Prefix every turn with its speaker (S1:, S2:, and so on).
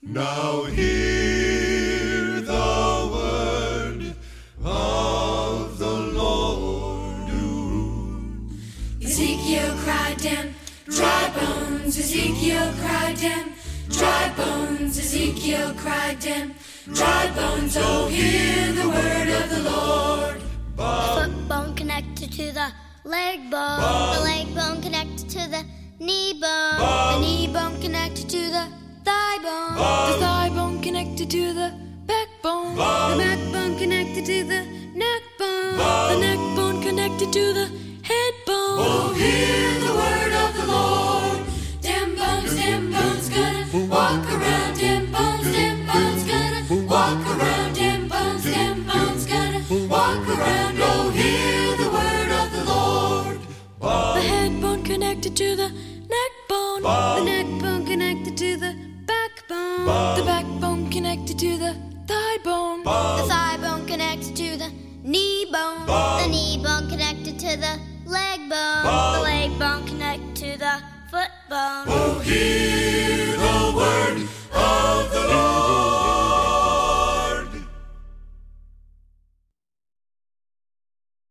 S1: Now hear the word of the Lord.
S2: Ezekiel cried down, dry bones. Ezekiel cried down, dry bones. Ezekiel cried down, dry bones. Oh, hear the word of the Lord.
S3: Foot bone connected to the leg bone. The leg bone connected to the knee bone. The knee bone connected to the thigh bone. The thigh bone connected to the backbone. The backbone connected to the neck bone. The neck bone connected to the head bone.
S2: Oh, hear the word of the Lord. Damn bones, damn bones, gonna walk around. Damn bones, damn bones, gonna walk around. Damn bones, damn bones, gonna walk around. Oh, hear the word of the Lord.
S3: The head bone connected to the neck bone. The neck bone connected to the backbone. The backbone connected to the thigh bone. The thigh